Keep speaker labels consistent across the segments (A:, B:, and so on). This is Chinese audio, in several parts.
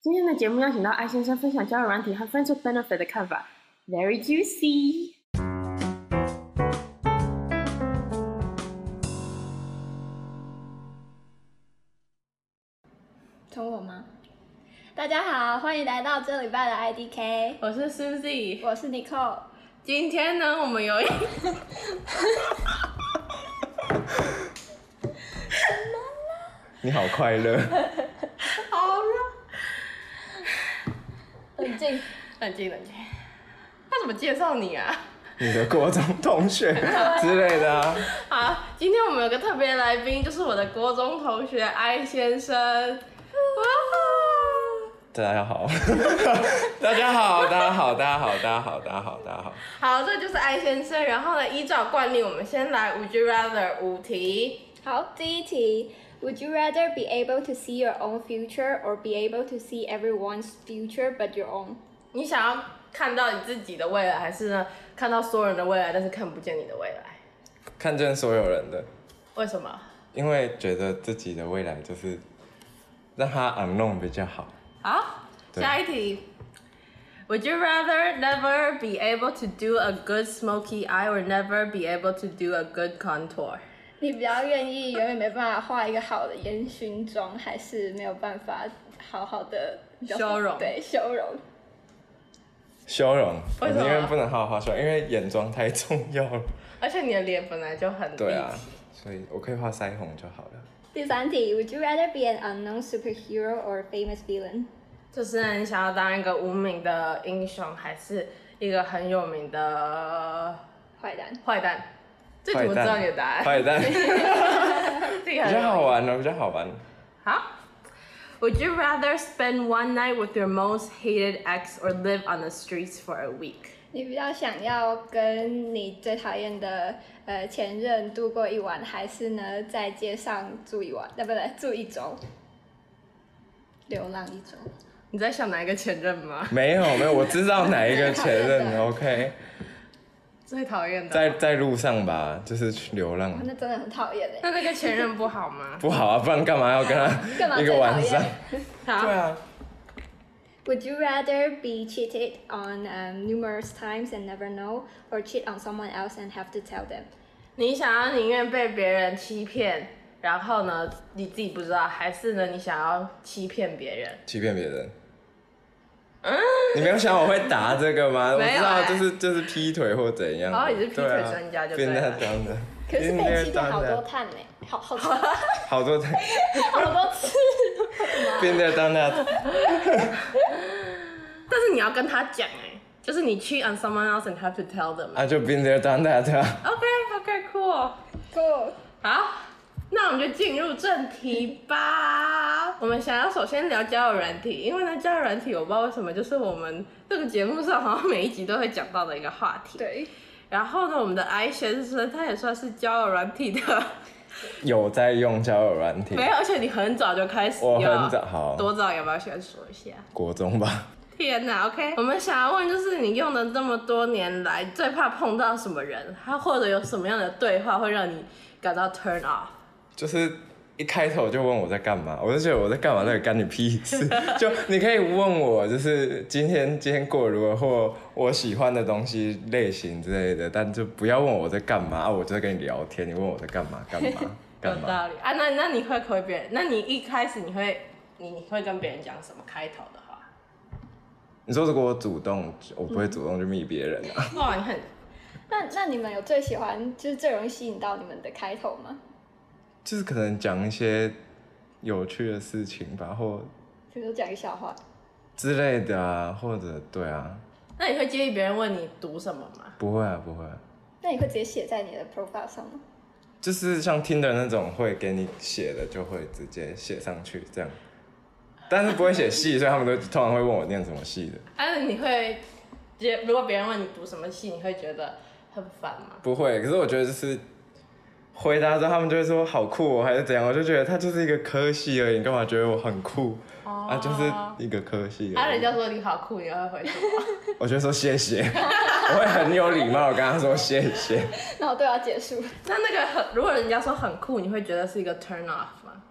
A: 今天的节目邀请到艾先生分享交友软体和 friends with benefit 的看法，very juicy。
B: 从我吗？大家好，欢迎来到这礼拜的 IDK，
A: 我是 Susie，
B: 我是 Nicole。
A: 今天呢，我们有一，
C: 你好快乐，
B: 冷静，
A: 冷静冷静，他怎么介绍你啊？
C: 你的国中同学之类的啊，
A: 好，今天我们有个特别来宾，就是我的国中同学艾先生。哇！
C: 大家好， 大家好，大家好，大家好，大家好，大家好，大家好，
A: 好，这就是艾先生。然后呢，依照惯例，我们先来 Would you rather 五题。
B: 好，第一题，Would you rather be able to see your own future or be able to see everyone's future but your own？
A: 你想要看到你自己的未来，还是呢看到所有人的未来，但是看不见你的未来？
C: 看见所有人的，
A: 为什么？
C: 因为觉得自己的未来就是让他 unknown 比较好。
A: 好，
C: 对
A: 下一题。Would you rather never be able to do a good smoky eye or never be able to do a good contour？
B: 你比较愿意永远没办法画一个好的烟熏妆，还是没有办法好好的
A: 修容
B: 对，修容。
C: 修容，我
A: 为什么
C: 因为不能好好画修容，因为眼妆太重要了。
A: 而且你的脸本来就很立体。
C: 对啊，所以我可以画腮红就好了。
B: 第三题，Would you rather be an unknown superhero or a famous villain？
A: 就是呢你想要当一个无名的英雄，还是一个很有名的
B: 坏蛋。
A: 坏蛋？这怎
C: 坏
A: 么知道
C: 蛋
A: 你的答案？
C: 坏 蛋，比
A: 自己很
C: 较好玩哦，比较好玩。
A: 好。Would you rather spend one night with your most hated ex or live on the streets for a week？
B: 你比较想要跟你最讨厌的呃前任度过一晚，还是呢在街上住一晚？呃，不对，住一周，流浪一周。
A: 你在想哪一个前任吗？
C: 没有没有，我知道哪一个前
B: 讨厌
C: 任
B: 的
C: ，OK，
A: 最讨厌的。
C: 在在路上吧，就是去流浪。
B: 那真的很讨厌哎。
A: 那那个前任不好吗？
C: 不好啊，不然干嘛要跟
B: 干嘛
C: 他
B: 最
C: 一个晚上
B: 讨？
A: 好
C: 对啊，
B: Would you rather be cheated on um, numerous times and never know, or cheat on someone else and have to tell them？
A: 你想要宁愿被别人欺骗，然后呢你自己不知道，还是呢你想要欺骗别 人？
C: 欺骗别人。你没有想我会答这个吗？我
A: 嗯没有
C: 知道，
A: 欸
C: 就是就是劈腿或怎样的。
A: 哦你是劈腿
C: 对啊
A: 专家就对
C: 变
A: 了
C: 态专家。
B: 可是被欺
C: 变态
B: 骗
C: 专
B: 好
C: 家
B: 多探呢，好 好
C: 好多 太
B: 好多 次。
C: 变态当家。
A: 但是你要跟他讲哎、就是你 cheat on someone else and have to tell them。
C: 啊，就 been there done that 啊。
A: OK OK cool。
B: Go。
A: 好，那我们就进入正题 吧。我们想要首先聊交友软体，因为呢交友软体我不知道为什么就是我们这个节目上好像每一集都会讲到的一个话题。
B: 对，
A: 然后呢，我们的 I 先生他也算是交友软体的，
C: 有在用交友软体
A: 没？有，而啊且你很早就开始用，
C: 我很早，好，
A: 多早要不要先说一下？
C: 国中吧。
A: 天哪，OK，我们想要问就是你用了这么多年来，最怕碰到什么人，他或者有什么样的对话会让你感到 turn off？
C: 就是一开头就问我在干嘛，我就觉得我在干嘛那个干你屁 事。就你可以问我，就是今天今天过得如何，或我喜欢的东西类型之类的，但就不要问我在干嘛啊，我就在跟你聊天，你问我在干嘛干嘛
A: 有
C: 干嘛。
A: 道理啊，那那你会回别人？那你一开始你会你你会跟别人讲什么开头的话？
C: 你说如果我主动，我不会主动去密别人 啊。
A: 哇，你很
B: 那那你们有最喜欢，就是最容易吸引到你们的开头吗？
C: 就是可能讲一些有趣的事情吧，或
B: 比如说讲一个笑话，
C: 之类的啊，或者对啊，
A: 那你会介意别人问你读什么吗？
C: 不会啊，不会啊、
B: 那你会直接写在你的 profile 上吗？
C: 就是像听的那种会给你写的，就会直接写上去这样，但是不会写系，所以他们都通常会问我念什么系的。
A: 啊，你会直接如果别人问你读什么系，你会觉得很烦吗？
C: 不会，可是我觉得就是回答之后，他们就会说好酷、哦，还是怎样，我就觉得他就是一个科系而已，你干嘛觉得我很酷、
A: 哦
C: 啊？就是一个科系
A: 啊，
C: 而
A: 人
C: 已。
A: 家说你好酷，你会回什 么？
C: 我就说谢谢，我会很有礼貌，我跟他说谢 谢。
B: 那我都要结束。
A: 那那个很，如果人家说很酷，你会觉得是一个 turn off 吗？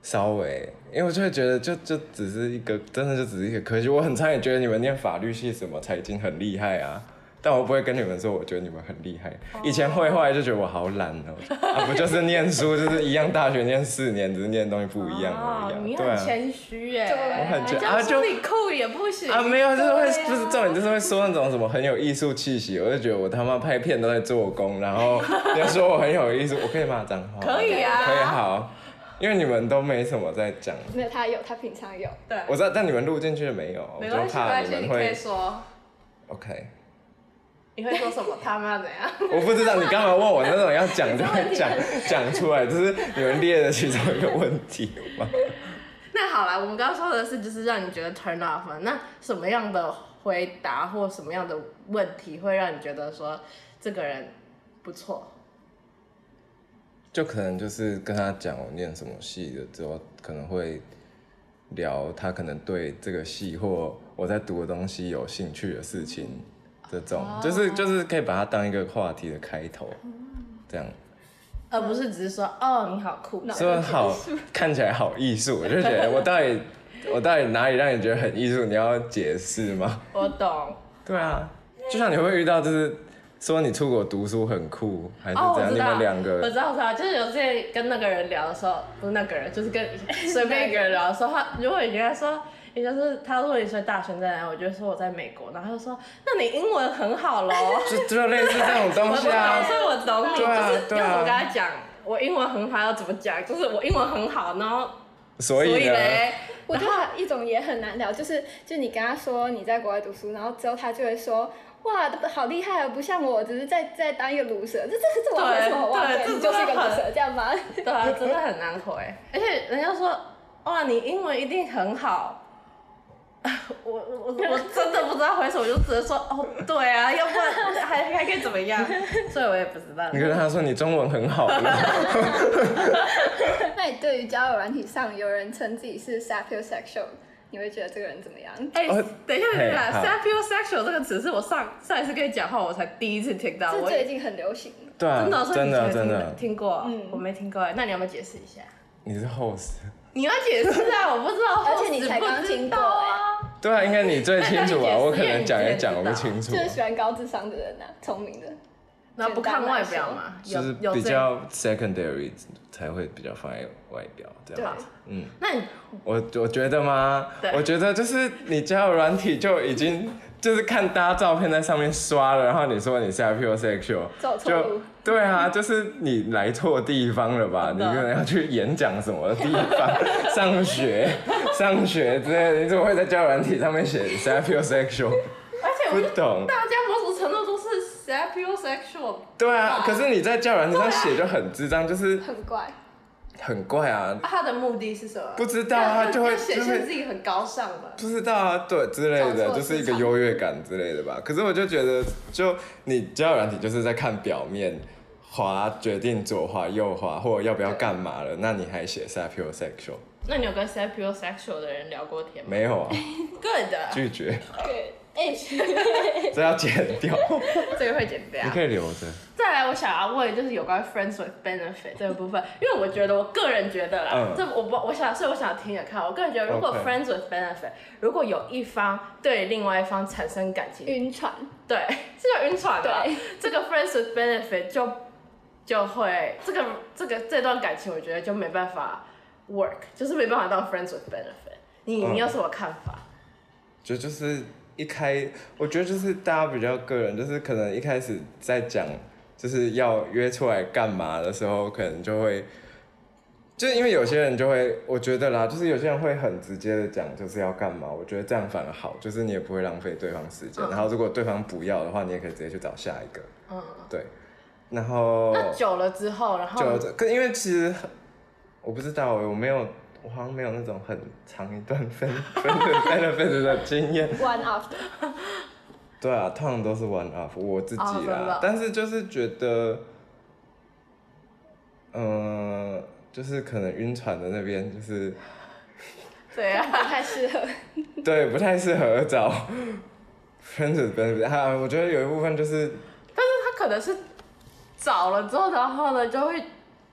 C: 稍微，因为我就会觉得就就只是一个，真的就只是一个科系。我很常也觉得你们念法律系什么财经很厉害啊，但我不会跟你们说我觉得你们很厉害。
A: 哦
C: 以前会，后来就觉得我好懒哦、 啊，不就是念书，就是一样大学念四年，只是念的东西不一样而
A: 哦
C: 已、
A: 你
C: 啊。对
A: 很
C: 啊。
A: 谦虚耶，
B: 对我很
C: 谦
A: 这样
C: 啊
A: 说
C: 就
A: 你酷也不行
C: 啊，没有，就是会，
A: 对啊
C: 不是重点，就是会说那种什么很有艺术气息，我就觉得我他妈拍片都在做工，然后 你要说我很有艺术，我可以骂脏话吗，
A: 可以啊
C: 可以好，因为你们都没什么在讲，
B: 没有他有，他平常有。
A: 对，
C: 我知道，但你们录进去了没有？我
A: 没
C: 就
A: 关系，没
C: 怕
A: 关
C: 你
A: 系，
C: 们
A: 你可以
C: 会
A: 说，
C: OK。
A: 你会说什么？他妈怎 样？
C: 我不知道你干嘛问我那种要讲 就
B: 问
C: 会
B: 题
C: 讲讲出来，就是你们列的其中一个问题嘛。
A: 那好啦，我们刚刚说的是就是让你觉得 turn off 嘛那什么样的回答或什么样的问题会让你觉得说这个人不错？
C: 就可能就是跟他讲我念什么系的之后，可能会聊他可能对这个系或我在读的东西有兴趣的事情，这种
A: 哦
C: 就是就是可以把它当一个话题的开头，这样。
A: 而不是只是说哦你好酷，
B: 那
C: 说好看起来好艺术，我就觉得我到底我到底哪里让你觉得很艺术？你要解释吗？
A: 我懂。
C: 对啊，就像你会遇到就是说你出国读书很酷，还是
A: 哦，
C: 怎
A: 我
C: 样？
A: 知
C: 你
A: 道，
C: 们两
A: 我
C: 个
A: 知道，我知道，就是有之前跟那个人聊的时候，不是那个人，就是跟随便一个人聊的时候，他如果你跟他说，也就是他问你说大学在哪，我就说我在美国，然后他就说那你英文很好喽，
C: 就就类似这种东
A: 我
C: 西
A: 懂，
C: 啊。
A: 所以我懂你，
C: 对啊
A: 就是
C: 对
A: 要
C: 啊
A: 怎么跟他讲，我英文很好要怎么讲，就是我英文很好，然后
C: 所以呢，
A: 嘞，
B: 我觉得还有一种也很难聊，就是就你跟他说你在国外读书，然后之后他就会说。哇，好厉害啊！不像我，只是在在当一个 loser，这这这我
A: 对
B: 为什么好哇？
A: 对
B: 对，
A: 这
B: 你就是一个
A: 真的很
B: loser，这样吗？
A: 对啊，真的很难回。而且人家说，哇，你英文一定很好。 我我我真的不知道回什么，我就只能说哦，对啊，要不然还还可以怎 么样？所以我也不知道。
C: 你跟他说你中文很好了，
B: 那你对于交友软体上有人称自己是 sapiosexual，你会觉得这个人怎么样？
A: 哎、
C: 哦
A: 等一下，等一
C: 嘿
A: 下
C: 好
A: ，sapiosexual 这个词是我上上一次跟你讲话，我才第一次听到，
B: 这
A: 我
B: 最近很流行。
C: 对啊
A: 真的，哦
C: 真
A: 的
C: 的真
A: 的
C: 的，
A: 听过，
B: 嗯
A: 我没听过哎，那你要不要解释一下？
C: 你是 host，
A: 你要解释啊，我不知 道，
B: 而且你才刚听过哎
A: 哎，
C: 对啊，应该你最清楚
A: 那
C: 啊，
A: 你解释
C: 我可能讲也讲
A: 因为
C: 我
A: 你
C: 不
A: 之前
C: 清楚
B: 就
C: 啊，
B: 是喜欢高智商的人啊，聪明的。
A: 然后不看外表嘛，有
C: 就是
A: 有
C: 比
A: 这啊
C: 较 secondary 才会比较放在外表这
B: 对
C: 样。，嗯，
A: 那你
C: 我我觉得吗
A: 对？
C: 我觉得就是你交友软体就已经 就是看大家照片在上面刷了，然后你说你是 pure sexual，
B: 走错路
C: 就对啊，就是你来错地方了吧？
A: 真
C: 你
A: 的
C: 可能要去演讲什么地方 上学上学之类的，你怎么会在交友软体上面写你是 pure sexual？
A: 而且我
C: 不
A: 就
C: 懂。
A: 大家某种程度都是 sapiosexual，
C: 对啊，可是你在交友软体上写就很智障，就是
B: 很怪。
C: 很怪啊，
A: 啊他的目的是什么？
C: 不知道啊，
A: 要
C: 就会
A: 要显
C: 就
A: 现
C: 会
A: 自己很高尚吧。
C: 不知道啊，对之类
B: 找
C: 的，
B: 错
C: 就是一
B: 市
C: 个
B: 场
C: 优越感之类的吧。可是我就觉得，就你交友软体就是在看表面，滑决定左滑右滑或者要不要干嘛了，那你还写 sapiosexual
A: 那你有跟 sapiosexual 的人聊过天吗
C: 没有啊？
A: ？Good，
C: 拒绝，
B: 对，哎，
C: 这要剪 掉，
B: 啊
A: 这个会剪掉
C: 你。可以留着。
A: 再来，我想要问就是有关于 friends with benefit 这个部分，因为我觉得我个人觉得啦，
C: 嗯
A: 这我不我想，所以我想听你的看法。我个人觉得，如果
C: OK
A: friends with benefit，如果有一方对另外一方产生感情，
B: 晕船。
A: 对，这叫晕船吧
B: 对？
A: 这个 friends with benefit 就就会这个这个这段感情，我觉得就没办法 work，就是没办法当 friends with benefit。你你有什么看法？
C: 就就是一开，我觉得就是大家比较个人，就是可能一开始在讲就是要约出来干嘛的时候，可能就会，就是因为有些人就会，我觉得啦，就是有些人会很直接的讲就是要干嘛，我觉得这样反而好，就是你也不会浪费对方时间，
A: 嗯
C: 然后如果对方不要的话，你也可以直接去找下一个，
A: 嗯，
C: 对，然后
A: 那哦久了之后，然后
C: 就这，可因为其实很我不知道欸，我没有，我好像没有那种很长一段分分的分的分的经验。
B: One of the
C: 对啊，通常都是 one up，我自己
A: 哦真
C: 啦。
A: 的
C: 但是就是觉得，嗯、就是可能晕船的那边 就是
A: 对啊，
B: 不太适合。
C: 对不太适合找 friends with benefit。还有我觉得有一部分就是
A: 他可能是找了之后，然后呢就会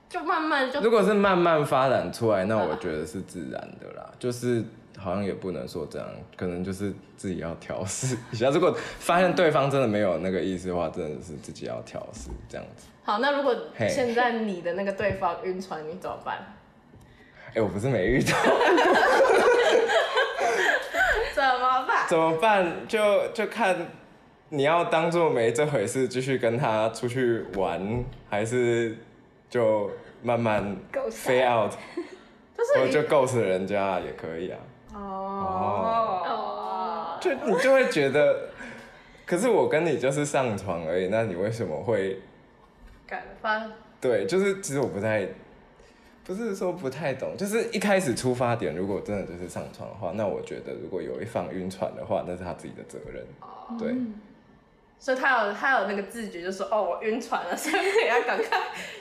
A: 就慢慢就
C: 如果是慢慢发展出来，那
A: 嗯
C: 我觉得是自然的啦，就是好像也不能说这样，可能就是自己要调试一下。如果发现对方真的没有那个意思的话，真的是自己要调试这样子。
A: 好。那如果
C: 嘿
A: 现在你的那个对方晕船，你怎么办？
C: 哎、我不是没遇到，
A: 怎么办？
C: 怎么办？就就看你要当做没这回事，继续跟他出去玩，还是就慢慢
B: Go
C: fade out，
A: 就是
C: 或
A: 你
C: 者就 ghost 人家也可以啊。
A: 哦
C: 就你就会觉得，可是我跟你就是上床而已，那你为什么会
A: 感翻
C: 对？就是其实我不太，不是说不太懂，就是一开始出发点，如果真的就是上床的话，那我觉得如果有一方晕船的话，那是他自己的责任。对，
A: 所以他有他有那个自觉，就说哦，我晕船了，所以我要赶快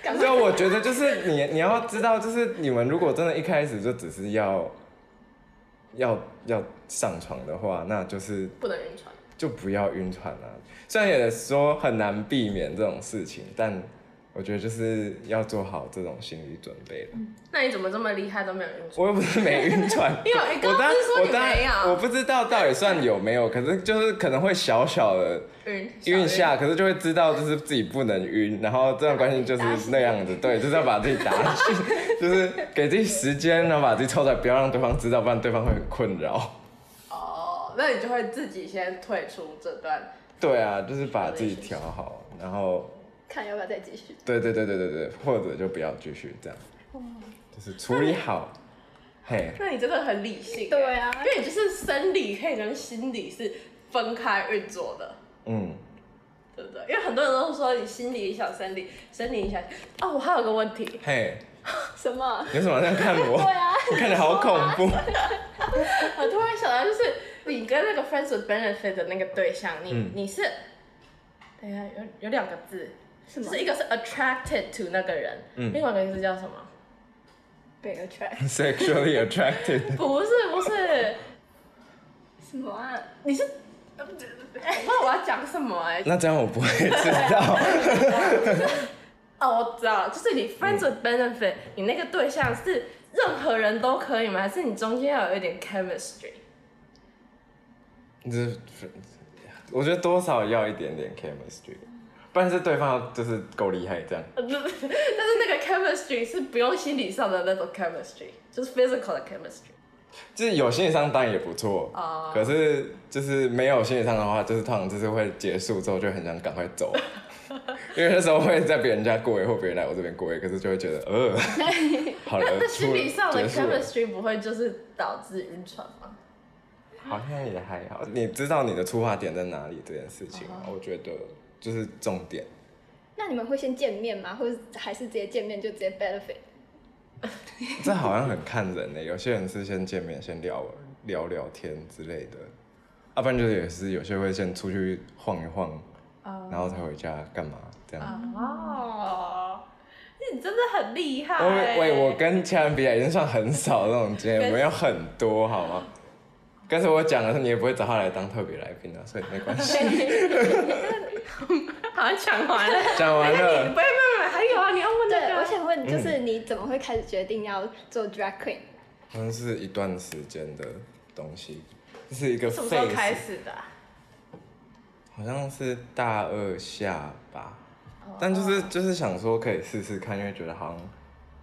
A: 赶
C: 所
A: 快。
C: 以我觉得就是你你要知道，就是你们如果真的一开始就只是要要要上床的话，那就是
A: 不能晕船，
C: 就不要晕船啊。虽然也说很难避免这种事情，但我觉得就是要做好这种心理准备了。
A: 那你怎么这么厉害都没有晕船？
C: 我又不是没晕船，
A: 你有你刚
C: 我
A: 刚
C: 当
A: 不是说
C: 我
A: 你
C: 当
A: 没有
C: 我不知道到底算有没有，可是就是可能会小小的
A: 晕
C: 晕一下，可是就会知道就是自己不能晕，然后这段关系就是那样子，对，就是要把自己打醒， 就是给自己时间，然后把自己抽出来，不要让对方知道，不然对方会很困扰。
A: 哦，那你就会自己先退出这段。
C: 对啊，就是把自己调好，然后
B: 看要不要再继续。
C: 对对对对对对，或者就不要继续这样，就是处理好，嘿，
A: 那你真的很理性欸，
B: 对啊
A: 因为你就是生理可以跟心理是分开运作的。
C: 嗯，
A: 对不对？因为很多人都说你心理影响生理，生理影响。哦，我还有个问题，
C: 嘿，
B: 什 么？
C: 你为什么这样看我？
B: 对啊，
C: 你看起来好恐 怖。
A: 我啊突然想到，就是你跟那个 friends with benefit 的那个对象，你、
C: 嗯
A: 你是，等一下有有两个字，
B: 什
A: 就是一个是 attracted to 那个人，
C: 嗯
A: 另外一个是叫什么？
B: 被 attract？
C: sexually attracted，
A: 不是不是，
B: 什么啊？
A: 你是，呃不知道我要讲什么哎、
C: 那这样我不会知道。
A: 哦，我知道，就是你 friends with benefit，、你那个对象是任何人都可以吗？还是你中间要有一点 chemistry？
C: 这，我觉得多少要一点点 chemistry，不然是对方就是够厉害这样。
A: 呃不是但是那个 chemistry 是不用心理上的那种 chemistry，就是 physical 的 chemistry。
C: 就是有心理上当然也不错
A: 哦
C: 可是就是没有心理上的话，就是通常就是会结束之后就很想赶快 走，因为那时候会在别人家过夜或别人来我这边过夜，可是就会觉得 呃，好了
A: 那，
C: 出
A: 那心理上的
C: 结束了
A: chemistry 不会就是导致晕船吗？
C: 好像也还好。你知道你的出发点在哪里这件事情吗
A: 哦
C: 我觉得就是重点。
B: 那你们会先见面吗？或者还是直接见面就直接 benefit？
C: 这好像很看人呢、欸有些人是先见面，先聊聊聊天之类的，啊要、不然就是也是有些会先出去晃一晃，
A: 啊
C: 然后才回家干嘛这样。
A: 哦，那你真的很厉害、
C: 我哦喂，我跟其他人比起来已经算很少那种经验，
A: 哎跟
C: 我们有很多好吗？但是我讲的是你也不会找他来当特别来宾啊，所以没关系。
A: 好像讲 完了。
C: 讲完
A: 不
C: 了
A: 不，不，还有啊，你要问那
B: 对，
A: 个。
B: 我想问，就是
C: 嗯
B: 你怎么会开始决定要做 drag queen？
C: 好像是一段时间的东西，这是一个
A: 什么时候
C: phase
A: 开始的啊、
C: 好像是大二下吧，但就是就是想说可以试试看，因为觉得好像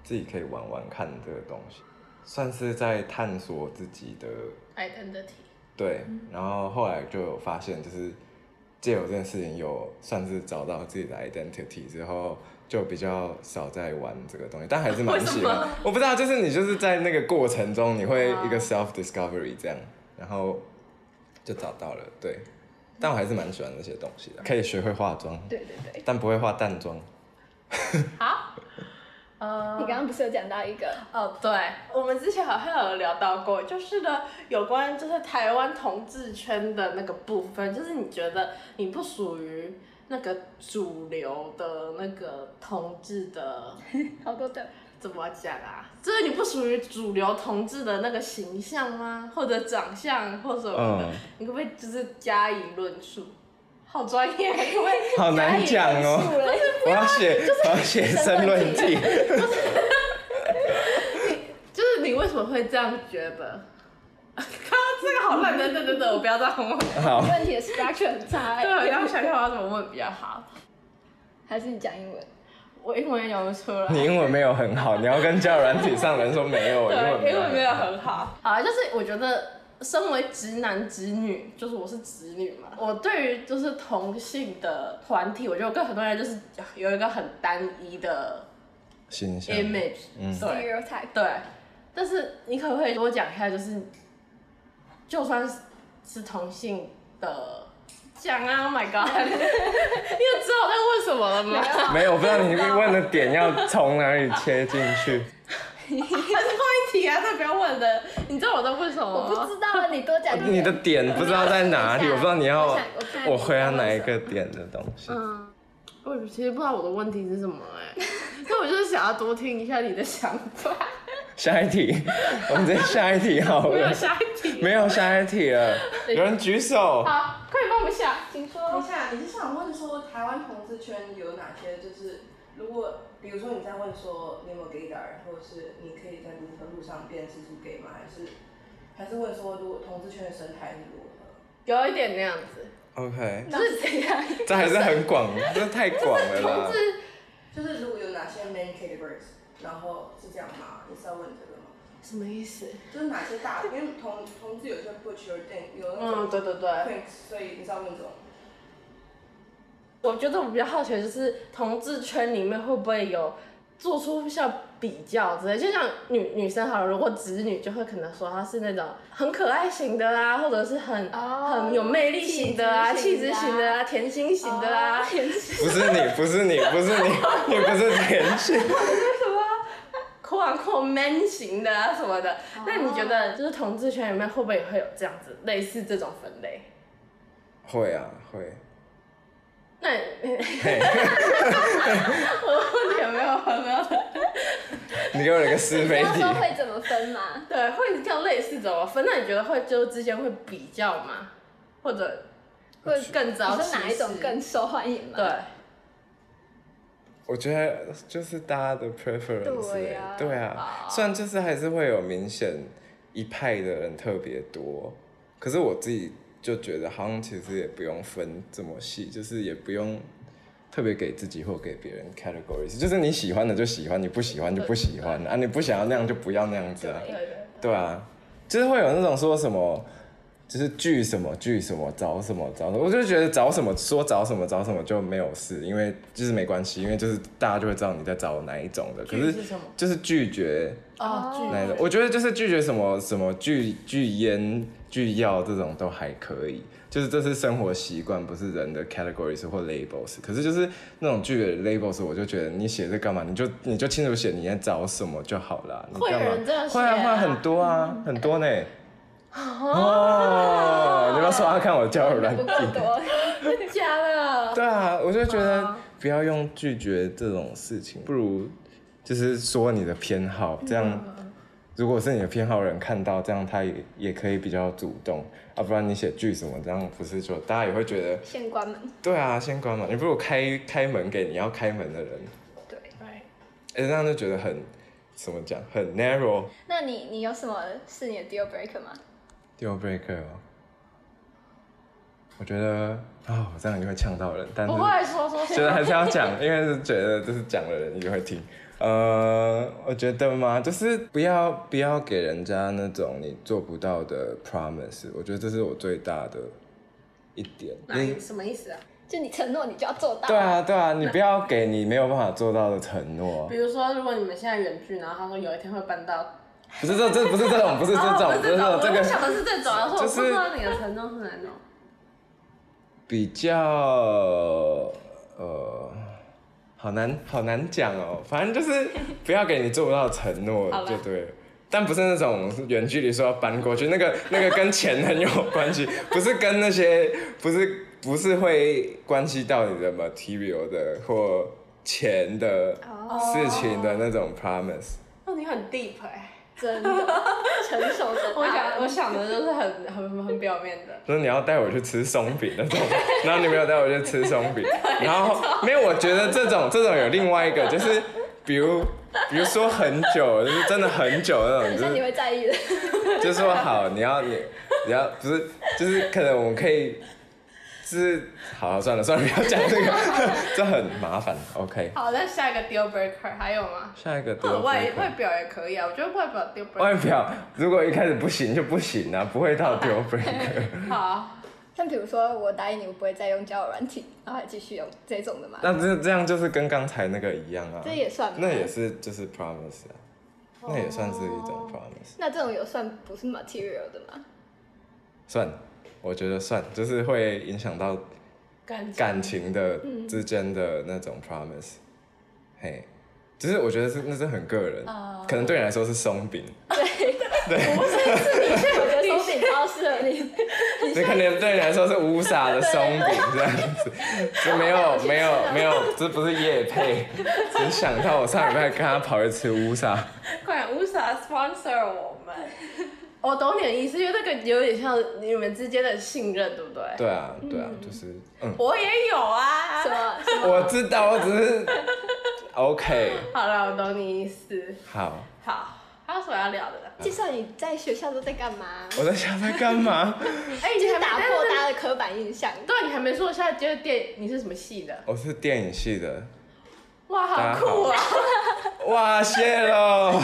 C: 自己可以玩玩看这个东西，算是在探索自己的
A: identity。
C: 对。然后后来就有发现，就是借由这件事情有算是找到自己的 identity 之后，就比较少在玩这个东西，但还是蛮喜
A: 为什
C: 欢
A: 么。
C: 我不知道，就是你就是在那个过程中，你会一个
A: 哦
C: self discovery 这样，然后就找到了对。但我还是蛮喜欢那些东西的，可以学会化妆。
B: 对对对，
C: 但不会化淡妆。
A: 好，呃
B: 你，刚刚不是有讲到一个
A: 哦，对，我们之前好像有聊到过，就是呢，有关就是台湾同志圈的那个部分，就是你觉得你不属于那个主流的那个同志的，
B: 好多的，
A: 怎么讲啊？就是你不属于主流同志的那个形象吗？或者长相或什么的，
C: 嗯
A: 你可不可以就是加以论述？好专业，啊因为
C: 好难讲哦。 我要写，我要写申论题。
A: 就是你为什么会这样觉得？ 靠，这个好烂，等等等等，我不要这样问。
C: 好，
B: 问题的 structure 很差欸
A: 对，啊我要想想我要怎么问比较好。
B: 还是你讲英文？
A: 我英文也讲不出来。
C: 你英文没有很好，你要跟交友软体上的人说没有，我英文
A: 对，英文没
C: 没
A: 有
C: 有很好。
A: 很好。好啊，就是我觉得身为直男直女，就是我是直女嘛，我对于就是同性的团体，我觉得我跟很多人就是有一个很单一的
C: 形象
A: image，、对
C: 嗯
B: stereotype，
A: 对。但是你可不可以给我讲一下，就是就算是是同性的，讲啊！Oh my god，你 有知道我在问什么了吗？
C: 没有，我不知道你问的点要从哪里切进去。
A: 还是后一题啊，再不要问了。你知道我在问什么
B: 我
A: 吗？
B: 不知道啊，你多讲一点。
C: 你的点不知道在哪里，
B: 我想
C: 我不知道你要
B: 我想我看
C: 我回答哪一个点的东西。
A: 嗯，我其实不知道我的问题是什么 哎、但我就是想要多听一下你的想法。
C: 下一题，我们直接下一题好
A: 没有
C: 了。
A: 下一题，
C: 没有下一题了，有人举手。
A: 好，快点帮我们想。
B: 请
D: 等一
B: 说。
D: 下，你是想问说台湾同志圈有哪些？就是如果比如说你在问说你有没有 gay 感，或者是你可以在如何路上辨识出 gay 吗？还是还是问说如果同志圈的生态是如何？
A: 有一点那样子，
C: OK，
B: 是怎样？
C: 这还是很广，这太广了啦
A: 同。志
D: 就是如果有哪些 main categories，然后是这样吗？你是要问这个吗？
A: 什么意思？
D: 就是哪些大，因为同同志有些 butch 有点有那
A: 嗯，
D: 种
A: 对对对，
D: queens，所以你是要问这种。
A: 我觉得我比较好奇的就是同志圈里面会不会有做出像比较之类，就像女女生好了，如果直女就会可能说她是那种很可爱型的啦，或者是很、
B: 哦
A: 很有魅力型的啊，气
B: 气
A: 质
B: 质
A: 型
B: 型
A: 的
B: 的
A: 啊，甜心型的啊，
C: 不是你，不是你，不是你，你不是田心。
A: 扣啊扣 man 型的啊什么的。那你觉得就是同志圈里面会不会也会有这样子类似这种分类？
C: 会啊，会。
A: 那
C: 嘿，
A: 我问题有没有有没有？
C: 你给我了个是
B: 你
C: 非
B: 要
C: 题。
B: 说会怎么分吗？
A: 对，会叫类似怎么分？那你觉得会就之间会比较吗？或者会更
B: 你
A: 糟？
B: 说哪一种更受欢迎吗？
A: 对？
C: 我觉得就是大家的 preference，
B: 对
C: 欸
B: 啊
C: 对啊，虽然就是还是会有明显一派的人特别多，可是我自己就觉得好像其实也不用分这么细，就是也不用特别给自己或给别人 categories，就是你喜欢的就喜欢，你不喜欢就不喜欢啊，你不想要那样就不要那样子啊，
A: 对对
C: 对啊，就是会有那种说什么，就是聚什么聚什么找什么找什么，我就觉得找什么说找什么找什么就没有事，因为就是没关系，因为就是大家就会知道你在找哪一种的。可
A: 拒
C: 是
A: 是什么？
C: 就是拒绝
A: 哦，
B: 哦
C: 那一种
A: 拒，
C: 我觉得就是拒绝什么什么拒拒烟拒药这种都还可以，就是这是生活习惯，不是人的 categories 或 labels。可是就是那种拒绝 labels，我就觉得你写这干嘛？你就你就清楚写你在找什么就好了，你
A: 会有
C: 干嘛？
A: 人这样写
C: 会啊
A: 啊
C: 会啊很多啊，很多呢。哦，你要不要刷刷看我交友软
B: 不
C: 件？
B: 够多。
A: 真假的？
C: 对啊，我就觉得
A: 哦啊
C: 不要用拒绝这种事情，不如就是说你的偏好，这
A: 嗯
C: 样如果是你的偏好人看到，这样他也也可以比较主动啊，不然你写剧什么，这样不是就大家也会觉得
B: 先关门。
C: 对啊，先关门，你不如开开门给你要开门的人，
B: 对。
A: 对
C: 哎、这样就觉得很怎么讲，很 narrow
B: 那你你有什么是你的 deal breaker 吗？
C: deal breaker 哦。我觉得啊、我这样就会呛到人，但是
A: 不会 说说
C: 觉得还是要讲，因为是觉得就是讲了人就会听。呃，我觉得嘛，就是不要不要给人家那种你做不到的 promise，我觉得这是我最大的一点。
A: 哪一什么意思啊？
B: 就你承诺，你就要做到。
C: 对。啊，对啊，你不要给你没有办法做到的承诺
A: 比。如说，如果你们现在远距，然后他说有一天会搬到
C: 不是这这不是这种，不是这种，
A: 哦
C: 不是这种，这
A: 我
C: 个
A: 想的是这种，啊我说我
C: 就
A: 不
C: 是
A: 知道你的承诺是哪种。
C: 比较呃，好难好难讲哦。反正就是不要给你做不到的承诺
B: 好吧
C: 就对了。但不是那种远距离说要搬过去，那个那个跟钱很有关系， 不是跟那些不是不是会关系到你的 material 的或钱的
B: 哦
C: 事情的那种 promise。
B: 欸
A: 哦，你很 deep 哎、
B: 真的成熟的
A: 我
B: 大
A: 想
B: 人。
A: 我想的就是很很很表面的，
C: 说你要带我去吃松饼那种，然后你没有带我去吃松饼，然后没有，我觉得这种这种有另外一个，就是比如比如说很久，就是真的很久那种，
B: 可
C: 就是是
B: 你会在意的，
C: 就说好，你要你你要不是就是可能我们可以，就是好了算了算了，不要讲这个，这很麻烦。OK，
A: 好，那下一个 deal breaker 还有 吗？
C: 下一个
A: 或者
C: deal
A: 哦外
C: breaker
A: 外表也可以啊，我觉得外表 deal
C: 外
A: breaker
C: 表如果一开始不行就不行啊，不会到 deal breaker。
A: 好，啊
B: 像比如说我答应你，我不会再用交友软体，然后还继续用这种的嘛，
C: 那这这样就是跟刚才那个一样啊
B: 这，也算吗？
C: 那也是就是 promise 啊，那也算是一种 promise。
B: 那这种有算不是 material 的吗？
C: 算，我觉得算，就是会影响到
A: 感觉
C: 感情的之间的那种 promise，、嘿，只是我觉得是那是很个人
A: 哦
C: 可能对你来说是松饼，
B: 我觉得松饼超适合你，
C: 你可能对你来说是乌撒的松饼这样子，就没有没有没有，这不是叶配，只是想到我上礼拜跟他跑去吃乌撒，
A: 快点 USA sponsor 我们。 我哦懂你的意思，因为那个有点像你们之间的信任，对不对？
C: 对啊对啊，就是嗯，
A: 我也有啊
B: 什。么？
C: 我知道，我只是 OK
A: 好了，我懂你意思。
C: 好，
A: 好，还有什么要聊的呢？
B: 介绍你在学校都在干嘛？
C: 我在想在干嘛？
A: 哎、
B: 就
A: 你
B: 是
A: 还
B: 打
A: 没
B: 破
A: 但是
B: 大家的刻板印象。
A: 对，你还没说一下，就是电你是什么系的？
C: 我哦是电影系的，
A: 哇，
C: 大
A: 好
C: 家
A: 酷啊！
C: 哇，谢喽！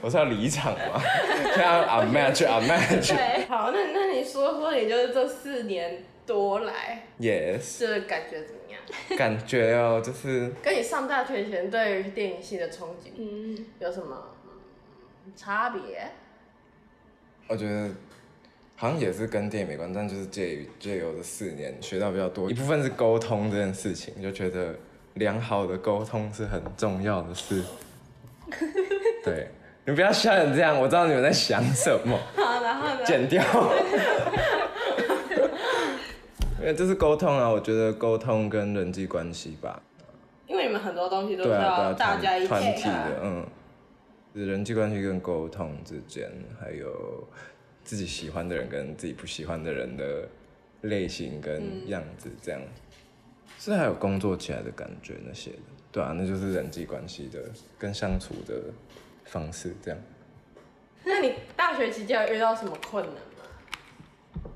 C: 我是要离场吗？这样 a match a match
B: 对，
A: 好，那那你说说，你就是这四年多来，
C: yes，
A: 这感觉怎么样？
C: 感觉哦，就是
A: 跟你上大学前对于电影系的憧憬
B: 嗯，
A: 有什么嗯差别？
C: 我觉得好像也是跟电影没关，但就是借于借由这四年学到比较多，一部分是沟通这件事情，就觉得良好的沟通是很重要的事。对，你不要笑成这样，我知道你们在想什么。
A: 好，然 后呢？
C: 剪掉。 因为这是沟通啊，我觉得沟通跟人际关系吧，
A: 因为你们很多东西都是
C: 对啊，
A: 要
C: 对
A: 大
C: 啊，
A: 家一
C: 团
A: 起
C: 团体
A: 啊
C: 的，嗯，就是人际关系跟沟通之间，还有自己喜欢的人跟自己不喜欢的人的类型跟样子，这样，是还有工作起来的感觉那些的，对啊，那就是人际关系的跟相处的方式这样。
A: 那你大学期间有遇到什么困难吗？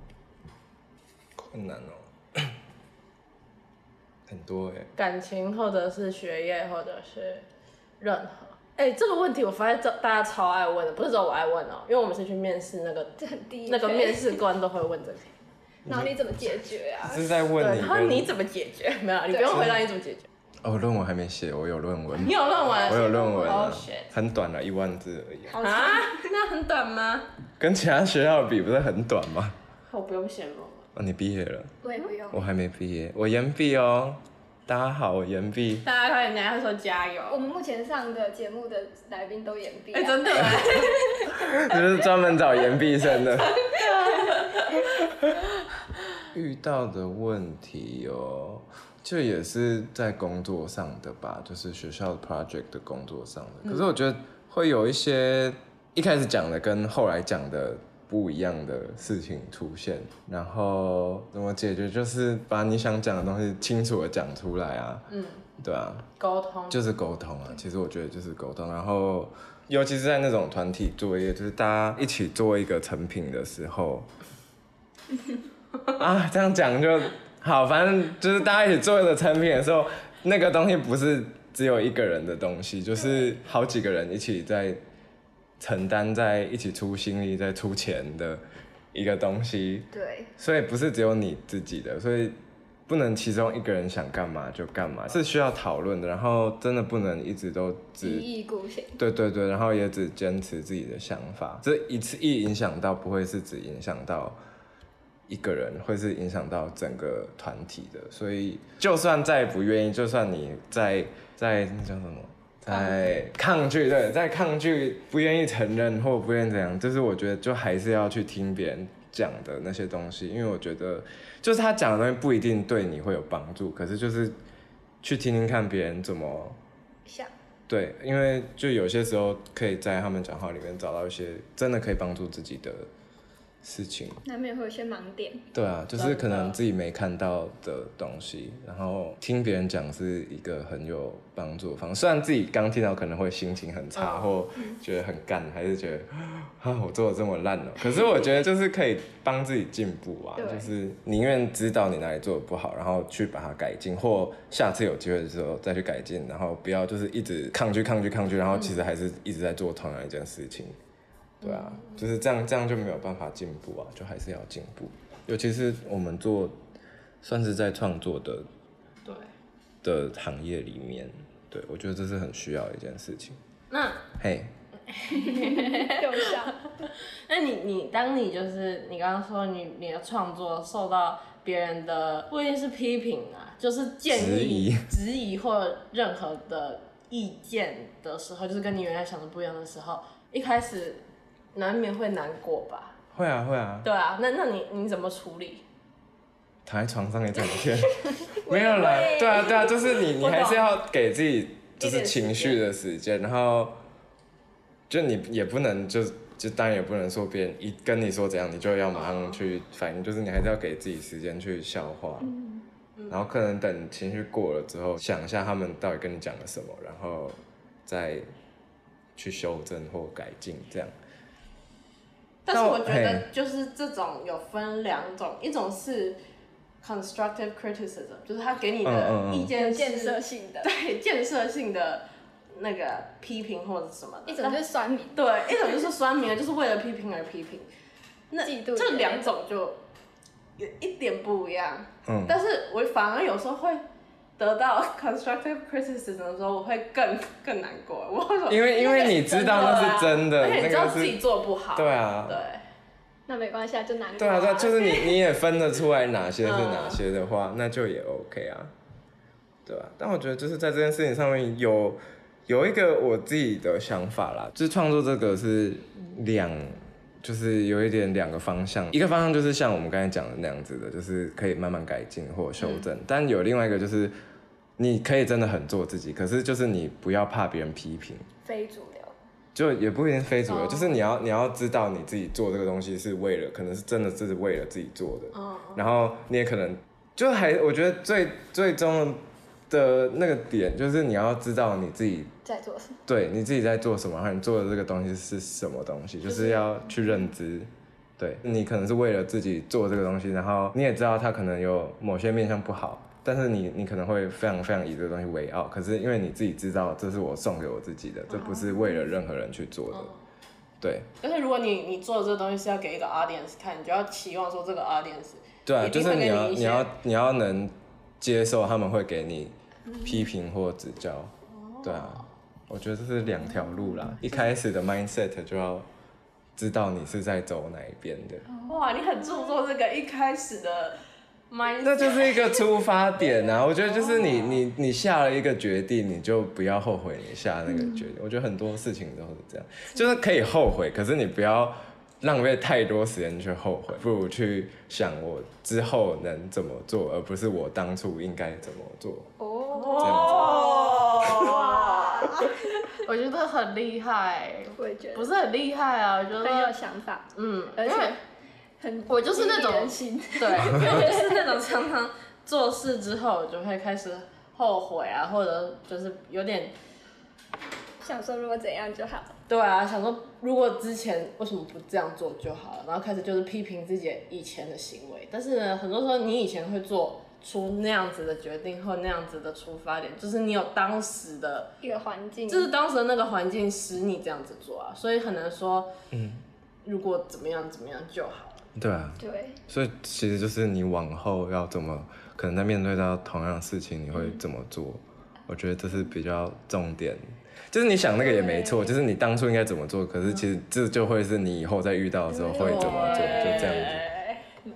C: 困难哦， 很多哎、
A: 感情，或者是学业，或者是任何。哎、这个问题我发现这大家超爱问的，不是只有我爱问哦、因为我们是去面试，那个
B: 这很低。
A: 那个面，试官都会问这个。
B: 然后你怎么解决啊？
C: 是在问
A: 对，
C: 你
A: 然后你
C: 跟
A: 怎么解决？没有，你不用回答你怎么解决。
C: 哦，论文还没写，我有论文
A: 你，有论文？
C: 我有论文、
A: 哦
C: 啊
A: shit
C: 很短了、一万字而已，
B: 好长
A: 啊，那很短吗？
C: 跟其他学校比不是很短吗？
A: 我不用羡慕。
C: 哦，你毕业了，
B: 我也不用。
C: 我还没毕业，我研毕哦。大家好，我研毕，
A: 大家快点，大家说加油！
B: 我们目前上的节目的来宾都演毕、
A: 哎、
B: 啊，
A: 真的吗？
C: 就是专门找研毕生的。 遇到的问题哦，就也是在工作上的吧，就是学校的 project 的工作上的。可是我觉得会有一些一开始讲的跟后来讲的不一样的事情出现，然后怎么解决，就是把你想讲的东西清楚的讲出来啊。嗯，对啊，
A: 沟通。
C: 就是沟通啊，其实我觉得就是沟通。然后，尤其是在那种团体作业，就是大家一起做一个成品的时候，啊，这样讲就好。反正就是大家一起做一个成品的时候，那个东西不是只有一个人的东西，就是好几个人一起在承担，在一起出心力，在出钱的一个东西。
B: 对，
C: 所以不是只有你自己的，所以不能其中一个人想干嘛就干嘛，是需要讨论的。然后真的不能一直都
B: 一
C: 只
B: 意孤行。
C: 对对对，然后也只坚持自己的想法。这一次一影响到，不会是只影响到一个人，会是影响到整个团体的。所以就算再不愿意，就算你在在那叫什么？在抗拒，对，在抗拒，不愿意承认或不愿意怎样，就是我觉得就还是要去听别人讲的那些东西，因为我觉得就是他讲的东西不一定对你会有帮助，可是就是去听听看别人怎么
B: 想
C: 对，因为就有些时候可以在他们讲话里面找到一些真的可以帮助自己的事情。
B: 难免会有些盲 点。
C: 对啊，就是可能自己没看到的东西，然后听别人讲是一个很有帮助的方式。虽然自己刚听到可能会心情很差，或觉得很干，还是觉得啊我做的这么烂了、可是我觉得就是可以帮自己进步啊，
B: 对
C: 就是宁愿知道你哪里做的不好，然后去把它改进，或下次有机会的时候再去改进，然后不要就是一直抗拒、抗拒、抗拒，然后其实还是一直在做同样一件事情。对啊，就是这样，这样就没有办法进步啊，就还是要进步。尤其是我们做算是在创作的
A: 对，
C: 的行业里面，对我觉得这是很需要的一件事情。
A: 那
C: 嘿、
B: 右上，
A: 那你你当你就是你刚刚说你你的创作受到别人的不一定是批评啊，就是建议、质疑或任何的意见的时候，就是跟你原来想的不一样的时候，一开始难免会难过吧？
C: 会啊会啊，
A: 对啊，那那你你怎么处理？
C: 躺在床上一整天，没有啦，对啊对啊，就是你你
A: 我懂
C: 还是要给自己就
A: 一
C: 是
A: 点时
C: 情绪的时间，然后就你也不能就就当然也不能说别人一跟你说怎样，你就要马上去反应，就是你还是要给自己时间去消化。然后可能等情绪过了之后，想一下他们到底跟你讲了什么，然后再去修正或改进这样。
A: 但是
C: 但我
A: 我觉
C: 嘿
A: 得就是这种有分两种，一种是 constructive criticism，就是他给你
C: 嗯嗯
A: 的
C: 嗯
A: 意
B: 有
A: 见是
B: 建设性的。
A: 对建设性的那个批评或者什么的，
B: 一种就是酸民，
A: 对，一种就是酸民，就是为了批评而批评。那
B: 嫉妒
A: 这两种就有一点不一样，
C: 嗯，
A: 但是我反而有时候会得到 constructive criticism 的时候，我会更更难过。我会说
C: 因为因为你知道那是真的，
A: 啊而且你
C: 那
A: 知道
C: 个
A: 自己
C: 是
A: 做不好，
C: 对啊
A: 对，
B: 那没关系啊，就难过。
C: 对啊，对啊，就是你你也分得出来哪些是
A: 嗯
C: 哪些的话，那就也 OK 啊，对啊。但我觉得就是在这件事情上面有有一个我自己的想法啦，就是创作这个是两，就是有一点两个方向，一个方向就是像我们刚才讲的那样子的，就是可以慢慢改进或修正，但有另外一个就是你可以真的很做自己，可是就是你不要怕别人批评。
B: 非主流，
C: 就也不一定是非主流
A: 哦
C: 就是你要你要知道你自己做这个东西是为了，可能是真的是为了自己做的，
A: 嗯，
C: 然后你也可能就还我觉得最最终的那个点就是你要知道你自己
B: 在做什么？
C: 对你自己在做什么，和你做的这个东西是什么东西，就是要去认知。对你可能是为了自己做这个东西，然后你也知道它可能有某些面向不好，但是你你可能会非常非常以这个东西为傲，可是因为你自己知道这是我送给我自己的，这不是为了任何人去做的。对
A: 但是如果你你做的这个东西是要给一个 audience 看，你就要期望说这个 audience
C: 对啊，
A: 一
C: 就
A: 定
C: 是
A: 会
C: 你
A: 给
C: 要
A: 你一
C: 你
A: 些
C: 要你要能接受他们会给你批评或指教。
A: 哦
C: 对啊，我觉得这是两条路
A: 嗯
C: 啦，一开始的 mindset 就要知道你是在走哪一边的。
A: 哇，你很注重这个一开始的 mind，
C: 那就是一个出发点啊！我觉得就是你你你下了一个决定，你就不要后悔你下那个决定。我觉得很多事情都是这样，就是可以后悔，可是你不要浪费太多时间去后悔，不如去想我之后能怎么做，而不是我当初应该怎么做。
B: 哦，
A: 哇，我觉得很厉害，
B: 我也觉
A: 不
B: 得
A: 是很厉害啊，我觉
B: 很有
A: 得，
B: 想法，
A: 嗯，
B: 而
A: 因为
B: 且很
A: 我就是那
B: 激
A: 种
B: 励人心。
A: 对，因为我就是那种常常 做事之后我就会开始后悔啊，或者就是有点
B: 想说如果怎样就好，
A: 对啊，想说如果之前为什么不这样做就好了，然后开始就是批评自己以前的行为。但是呢，很多时候你以前会做出那样子的决定或那样子的出发点，就是你有当时的，
B: 一个环境
A: 就是当时的那个环境使你这样子做啊，所以很难说，嗯，如果怎么样怎么样就好了。
C: 对啊，
B: 对，
C: 所以其实就是你往后要怎么，可能在面对到同样的事情，你会怎么做？我觉得这是比较重点。就是你想那个也没错，就是你当初应该怎么做，可是其实这就会是你以后再遇到的时候会怎么做，
A: 对
C: 就这样子。
B: 子。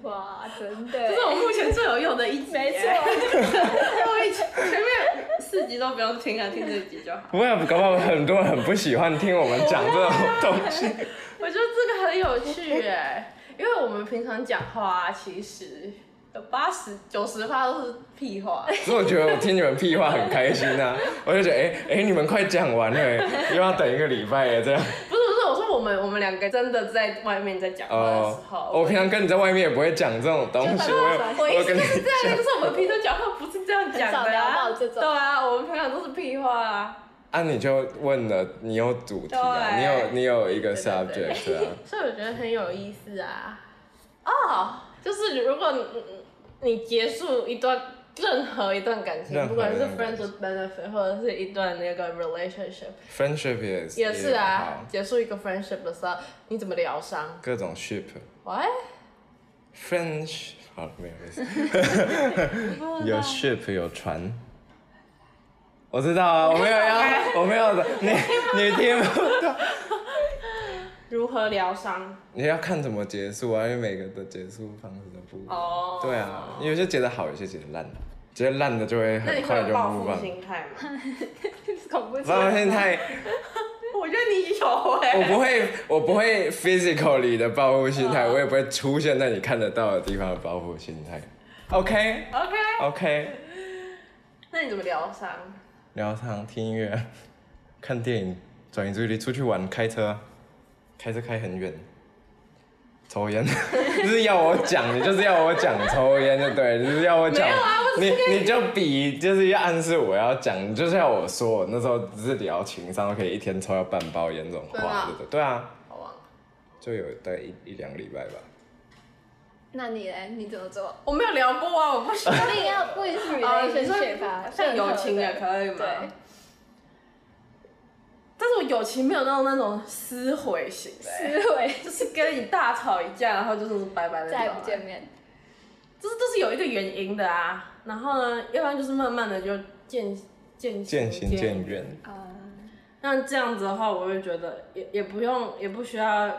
B: 哇，真
A: 这是
B: 的，
A: 我目前最有用的一集，
B: 没，错，
A: 我以前前面四集都不用听啊，听这一集就好。
C: 不会，搞不好很多人很不喜欢听我们讲这种东西。
A: 我觉得这个很有趣哎、因为我们平常讲话、啊、其实有八十九十趴都是屁话。
C: 所以我觉得我听你们屁话很开心啊，我就觉得哎哎、你们快讲完了、又要等一个礼拜了这样。
A: 不是不是，我说我们我们两个真的在外面在讲话的时
C: 哦、
A: 候，
C: 我平常跟你在外面也不会讲这种东西，
B: 就
C: 我
B: 把它
C: 有
A: 我意
C: 我
A: 思
C: 跟
A: 就
C: 你
A: 是这样， 就是我们平常讲话不是这样讲的、啊，
B: 很少聊到这种
A: 对啊，我们平常都是屁话啊。
C: 啊，你就问了，你有主题啊，
A: 对
C: 你有你有一个
A: 对对对
C: subject 啊，
A: 所以我觉得很有意思啊。哦，就是如果你你结束一段任何一段感情，
C: 任何
A: 不管是
C: 一段感
A: friends
C: 情
A: with benefit 或者是一段那个 relationship，
C: friendship 也是
A: 也是啊
C: 好，
A: 结束一个 friendship 的时候，你怎么疗伤？
C: 各种 ship
A: 喂，
C: French 好了没有 没事，有 ship 有船。我知道啊，我没有 要，我没有的，你你听不到，
A: 如何疗伤？
C: 你要看怎么结束啊，因为每个的结束方式都不一样。
A: 哦
C: 对啊，有些结得好，有些结得烂，结得烂的就会
A: 那
C: 很
A: 你
C: 快
A: 会
C: 就
A: 有报
C: move
A: 复
C: on
A: 心态吗？
B: 恐怖情
C: 报复
B: 人
C: 心态，
A: 我觉得你有哎、
C: 我不会，我不会 physically 的报复心态，我也不会出现在你看得到的地方的报复心态。OK
A: OK，
C: 啊 OK，
A: 那你怎么疗伤？
C: 聊天、听音乐、看电影、转移注意力、出去玩、开车，开车开很远，抽烟， 就是要我讲，你就是要我讲抽烟就对了，就是要我讲，
A: 没有啊
C: 你你就比就是要暗示我要讲，你就是要我说，我那时候只是聊情商，可以一天抽到半包烟这种
A: 真的
C: 话
A: 啊，
C: 对不对？对啊。
A: 好忘了，
C: 就有大概一一两个礼拜吧。
B: 那你嘞？你怎么 做？
A: 我没有聊过啊，我不行。
B: 那也要不一定是
A: 哦
B: relationship 啊，
A: 像友情也
B: 以。
A: 可以嘛。
B: 对，
A: 但是我友情没有到那种撕毁型的、欸，
B: 思维
A: 就是跟你大吵一架，然后就是拜拜的那种 啊
B: 再也不见面。
A: 就是都是有一个原因的啊。然后呢，要不然就是慢慢的就渐渐
C: 渐行渐
A: 渐。
C: 远，
B: 嗯，
A: 那这样子的话，我会觉得也也不用，也不需要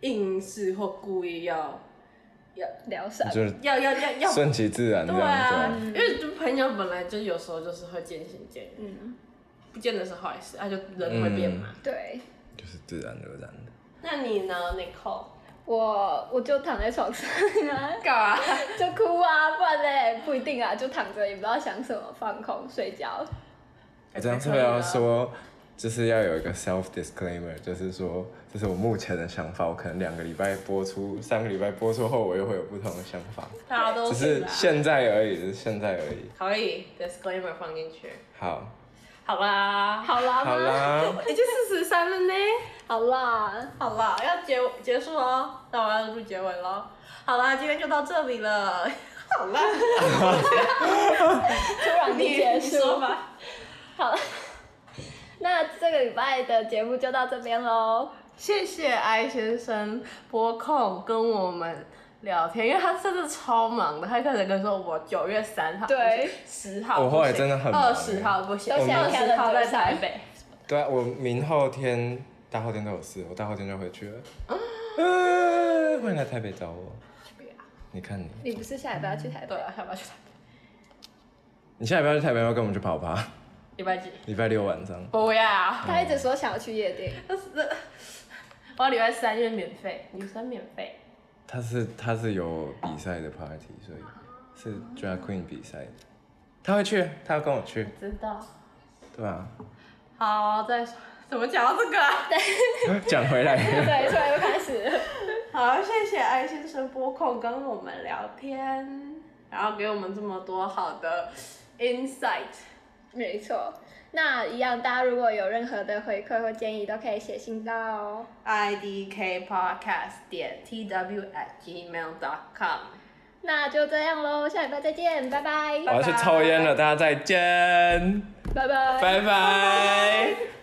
A: 硬是或故意要
B: 聊啥？
C: 就是
A: 要要要要
C: 顺其自然这
A: 对
C: 样子
A: 啊，
C: 啊。
A: 因为就朋友本来就有时候就是会渐行渐远，
B: 嗯，
A: 不见得是坏事，啊，就人会变嘛。
C: 嗯
B: 对。
C: 就是自然而然的。
A: 那你呢，Nicole？
B: 我我就躺在床上啊，
A: 干嘛？
B: 就哭啊，不然嘞不一定啊，就躺着也不知道想什么，放空睡觉。
C: 哎我这样是不是要说，就是要有一个 self disclaimer，就是说，这是我目前的想法，我可能两个礼拜播出，三个礼拜播出后，我又会有不同的想法，
A: 大家都啊
C: 只是
A: 啦
C: 现在而已，只是现在而已。
A: 可以 disclaimer 放进去。
C: 好，
A: 好啦，
B: 好啦吗
C: 好，啦，
A: 已经四十三了呢。
B: 好啦，
A: 好啦，要结结束哦，那我要录结尾喽。好啦，今天就到这里了。好啦，
B: 突然就
A: 你
B: 结
A: 你说
B: 束，
A: 吧。
B: 好了。 那这个礼拜的节目就到这边喽，
A: 谢谢艾先生拨空跟我们聊天，因为他真的超忙的，他一开始跟我说我九月三号，
B: 对，
A: 十号不行，
C: 我后来真的很忙
A: 二十号不行，
B: 都想
A: 二
B: 看
A: 十
B: 了
A: 号在
B: 就是
A: 台北。
C: 对啊，我明后天、大后天都有事，我大后天就回去了。呃，欢迎来台北找我。你看你，
B: 你不是下礼拜要去台北
A: 对？啊，要不要去台北？
C: 你下礼拜去台北要不要跟我们去跑趴？
A: 礼拜几？
C: 礼拜六晚上。
A: 不要。
B: 他一直说想要去夜店，
A: 但是，我要礼拜三因为免费，女生免费。
C: 他是他是有比赛的 party，所以是 drag queen 比赛的。他会去，他要跟我去，
A: 知道。
C: 对吧、
A: 好，再说怎么讲到这个、啊？
C: 讲 回 来，
B: 对，突然又开始了。
A: 好，谢谢艾先生拨空跟我们聊天，然后给我们这么多好的 insight。
B: 没错，那一样，大家如果有任何的回馈或建议，都可以写信到哦。
A: idk podcast 点 tw at gmail dot com。
B: 那就这样喽，下礼拜再见，拜拜，
C: 我要去抽烟了，大家再见，
B: 拜拜，
C: 拜拜